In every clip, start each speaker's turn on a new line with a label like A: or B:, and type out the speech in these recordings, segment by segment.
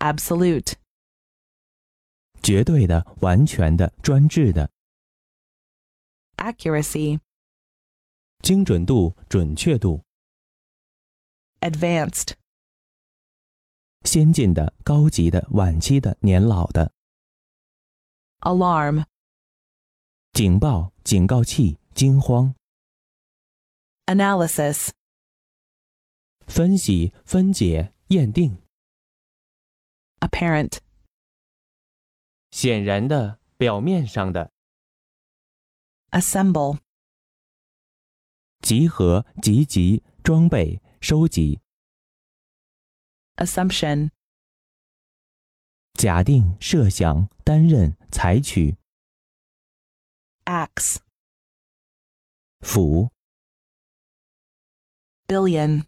A: absolute.
B: 绝对的、完全的、专制的、
A: Accuracy.
B: 精准度、准确度、
A: Advanced.
B: 先进的、高级的、晚期的、年老的、
A: Alarm.
B: 警报、警告器、惊慌、
A: Analysis.
B: 分析、分解、验定、
A: Apparent.
B: 显然的、表面上的、
A: Assemble.
B: 集合、集集、装备、收集、
A: Assumption.
B: 假定、设想、担任、采取、
A: Acts.
B: 辅、
A: Billion.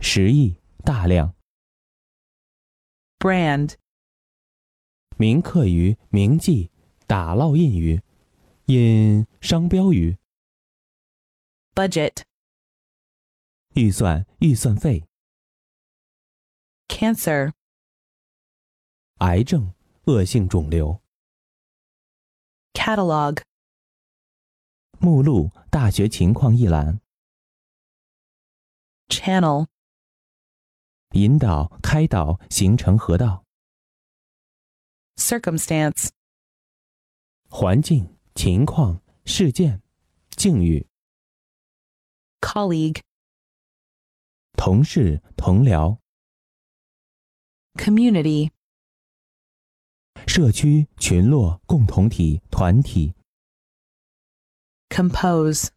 B: 十亿、大量、
A: Brand.
B: 铭刻于、铭记、打烙印于、印商标于、
A: Budget.
B: 预算、预算费、
A: Cancer.
B: 癌症、恶性肿瘤、
A: Catalog.
B: 目录、大学情况一览、
A: Channel.
B: 引导、开导、形成河道、
A: Circumstance.
B: 环境、情况、事件、境遇、
A: Colleague.
B: 同事、同僚、
A: Community.
B: 社区、群落、共同体、团体、
A: Compose.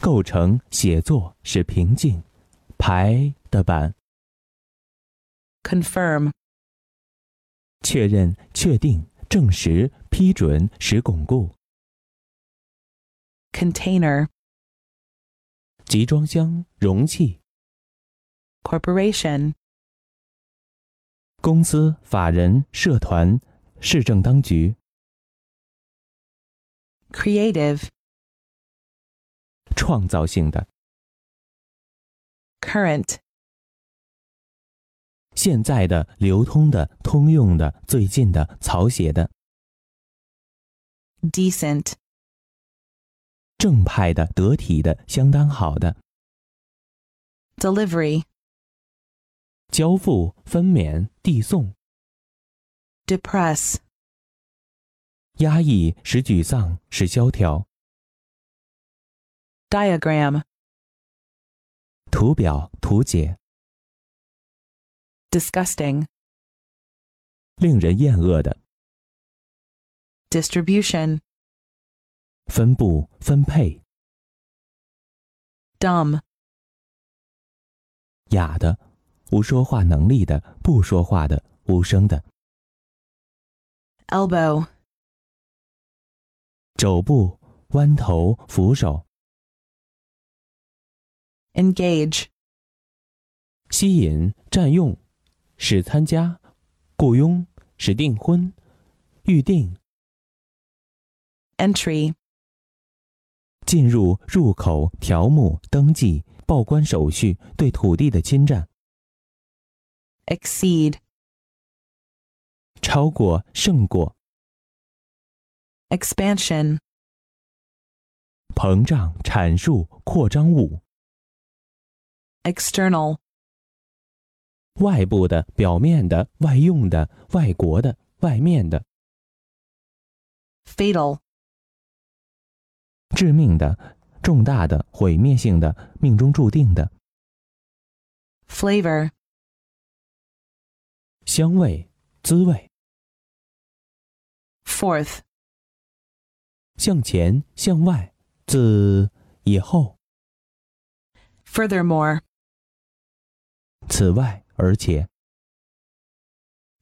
B: 构成、写作是平静、排的版、
A: Confirm.
B: 确认、确定、证实、批准、使巩固、
A: Container.
B: 集装箱、容器、
A: Corporation.
B: 公司、法人、社团、市政当局、
A: Creative.
B: 创造性的、
A: Current.
B: 现在的、流通的、通用的、最近的、草写的、
A: Decent.
B: 正派的、得体的、相当好的、
A: Delivery.
B: 交付、分娩、递送、
A: Depress.
B: 压抑、使沮丧、使萧条、
A: Diagram.
B: 图表、图解、
A: Disgusting.
B: 令人厌恶的、
A: Distribution.
B: 分布、分配、
A: Dumb.
B: 哑的、无说话能力的、不说话的、无声的、
A: Elbow.
B: 肘部、弯头、扶手、
A: Engage.
B: 吸引、占用、使参加、雇佣、使订婚、预定、
A: Entry.
B: 进入、入口、条目、登记、报关手续、对土地的侵占、
A: Exceed.
B: 超过、胜过、
A: Expansion.
B: 膨胀、阐述、扩张物、
A: External.
B: 外部的、表面的、外用的、外国的、外面的、
A: Fatal.
B: 致命的、重大的、毁灭性的、命中注定的、
A: Flavor.
B: 香味、滋味、
A: Fourth.
B: 向前、向外、自以后、
A: Furthermore.
B: 此外，而且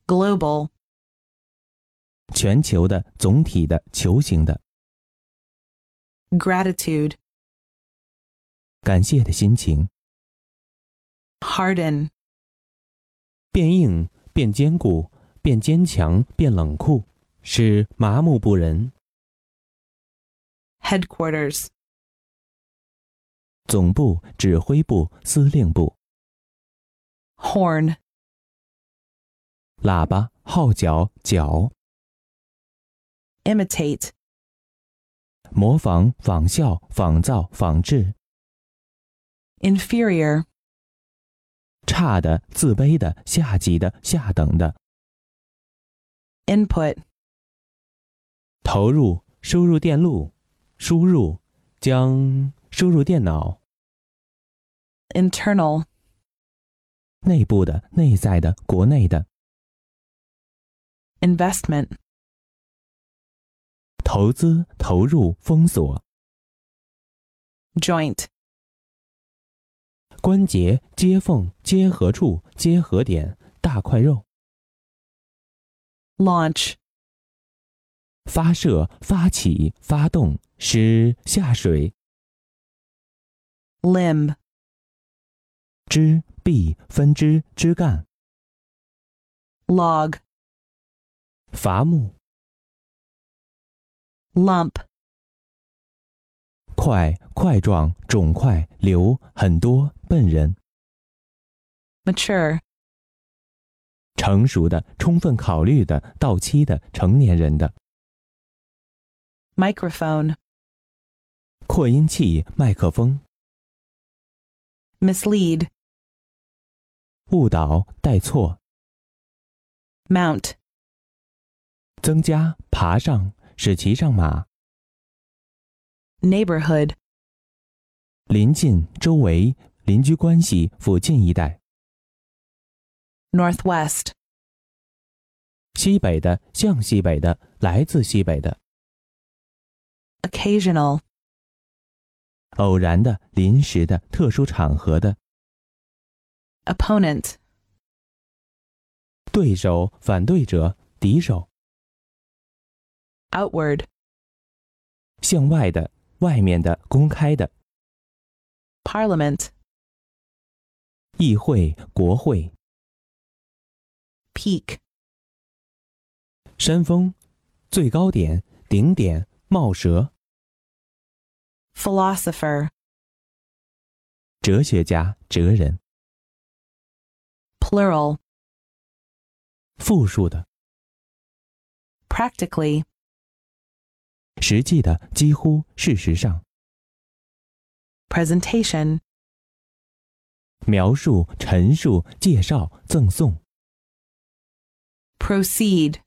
A: Global.
B: 全球的、总体的、球形的、
A: Gratitude.
B: 感谢的心情，
A: Harden.
B: 变硬、变坚固、变坚强、变冷酷，使麻木不仁。
A: Headquarters.
B: 总部、指挥部、司令部、
A: Horn.
B: 喇叭、号角、角，
A: imitate,
B: 模仿、仿效、仿造、仿制，
A: inferior,
B: 差的、自卑的、下级的、下等的，
A: input,
B: 投入、输入电路、输入，将输入电脑
A: internal,
B: 内部的、内在的、国内的
A: investment,
B: 投资、投入、封锁、
A: joint,
B: 关节、接缝、接合处、接合点、大块肉、
A: launch,
B: 发射、发起、发动、施下水、
A: limb,
B: 枝、臂、分支、枝干、
A: log,
B: 伐木、
A: lump,
B: 块、块状、肿块、瘤、很多、笨人、
A: mature,
B: 成熟的、充分考虑的、到期的、成年人的、
A: microphone,
B: 扩音器、麦克风、
A: mislead,
B: 误导、带错、
A: mount,
B: 增加、爬上、使其上马、
A: neighborhood,
B: 临近、周围、邻居关系、附近一带。
A: northwest,
B: 西北的、向西北的、来自西北的、
A: occasional,
B: 偶然的、临时的、特殊场合的
A: opponent,
B: 对手、反对者、敌手、
A: outward,
B: 向外的、外面的、公开的、
A: parliament,
B: 议会、国会、
A: peak,
B: 山峰、最高点、顶点、蟒蛇、
A: philosopher,
B: 哲学家、哲人、
A: plural,
B: 复数的、
A: practically,
B: 实际的、几乎、事实上、
A: presentation,
B: 描述、陈述、介绍、赠送、
A: proceed,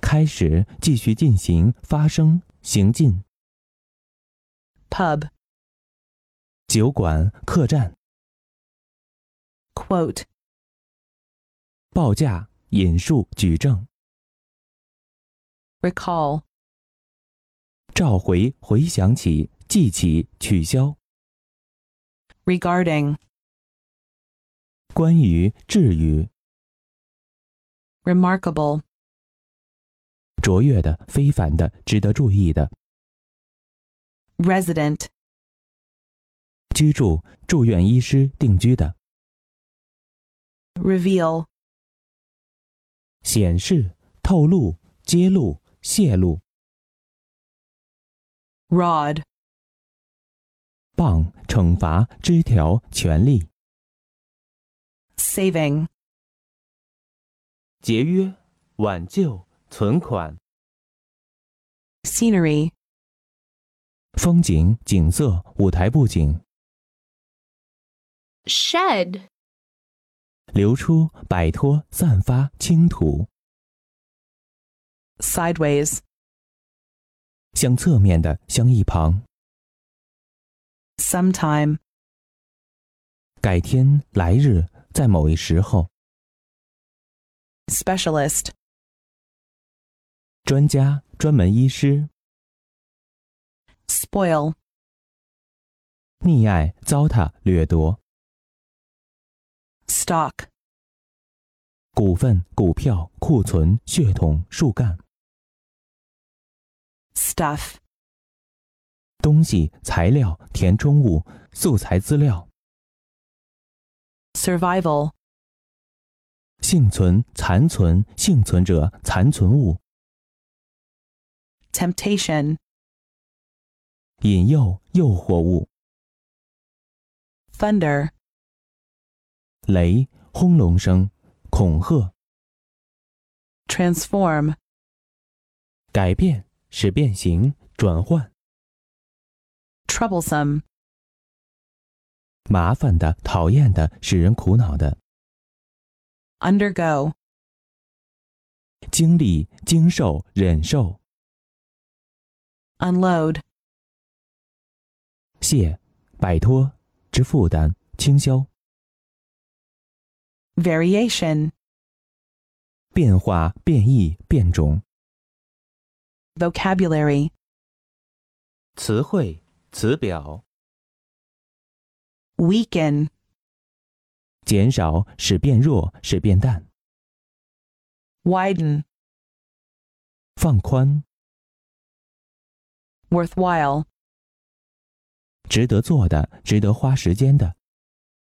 B: 开始、继续进行、发生、行进、
A: pub,
B: 酒馆、客栈。
A: quote,
B: 报价、引述、举证、
A: recall,
B: 召回、回想起、记起、取消、
A: regarding,
B: 关于、至于、
A: remarkable,
B: 卓越的、非凡的、值得注意的、
A: resident,
B: 居住、住院医师定居的、
A: reveal,
B: 显示、透露、揭露、泄露、
A: rod,
B: 棒、惩罚、枝条、权利、
A: saving,
B: 节约、挽救、存款、
A: scenery,
B: 风景、景色、舞台布景、
C: shed,
B: 流出、摆脱、散发、倾吐、
A: sideways,
B: 向侧面的、向一旁。
A: sometime,
B: 改天、来日，在某一时候，
A: specialist,
B: 专家、专门医师、
A: spoil,
B: 溺爱、糟蹋、掠夺、
A: stock,
B: 股份、股票、库存、血统、树干、
A: stuff,
B: 东西、材料、填充物、素材资料、
A: survival,
B: 幸存、残存、幸存者、残存物、
A: temptation,
B: 引诱、诱惑物、
A: thunder,
B: 雷、轰隆声、恐吓、
A: transform,
B: 改变使变形、转换。
A: troublesome,
B: 麻烦的、讨厌的、使人苦恼的。
A: undergo,
B: 经历、经受、忍受。
A: unload,
B: 卸，摆脱之负担、倾销。
A: variation,
B: 变化、变异、变种。
A: vocabulary,
B: 词汇、词表。
A: weaken,
B: 减少，使变弱，使变淡。
A: widen,
B: 放宽，
A: worthwhile,
B: 值得做的，值得花时间的。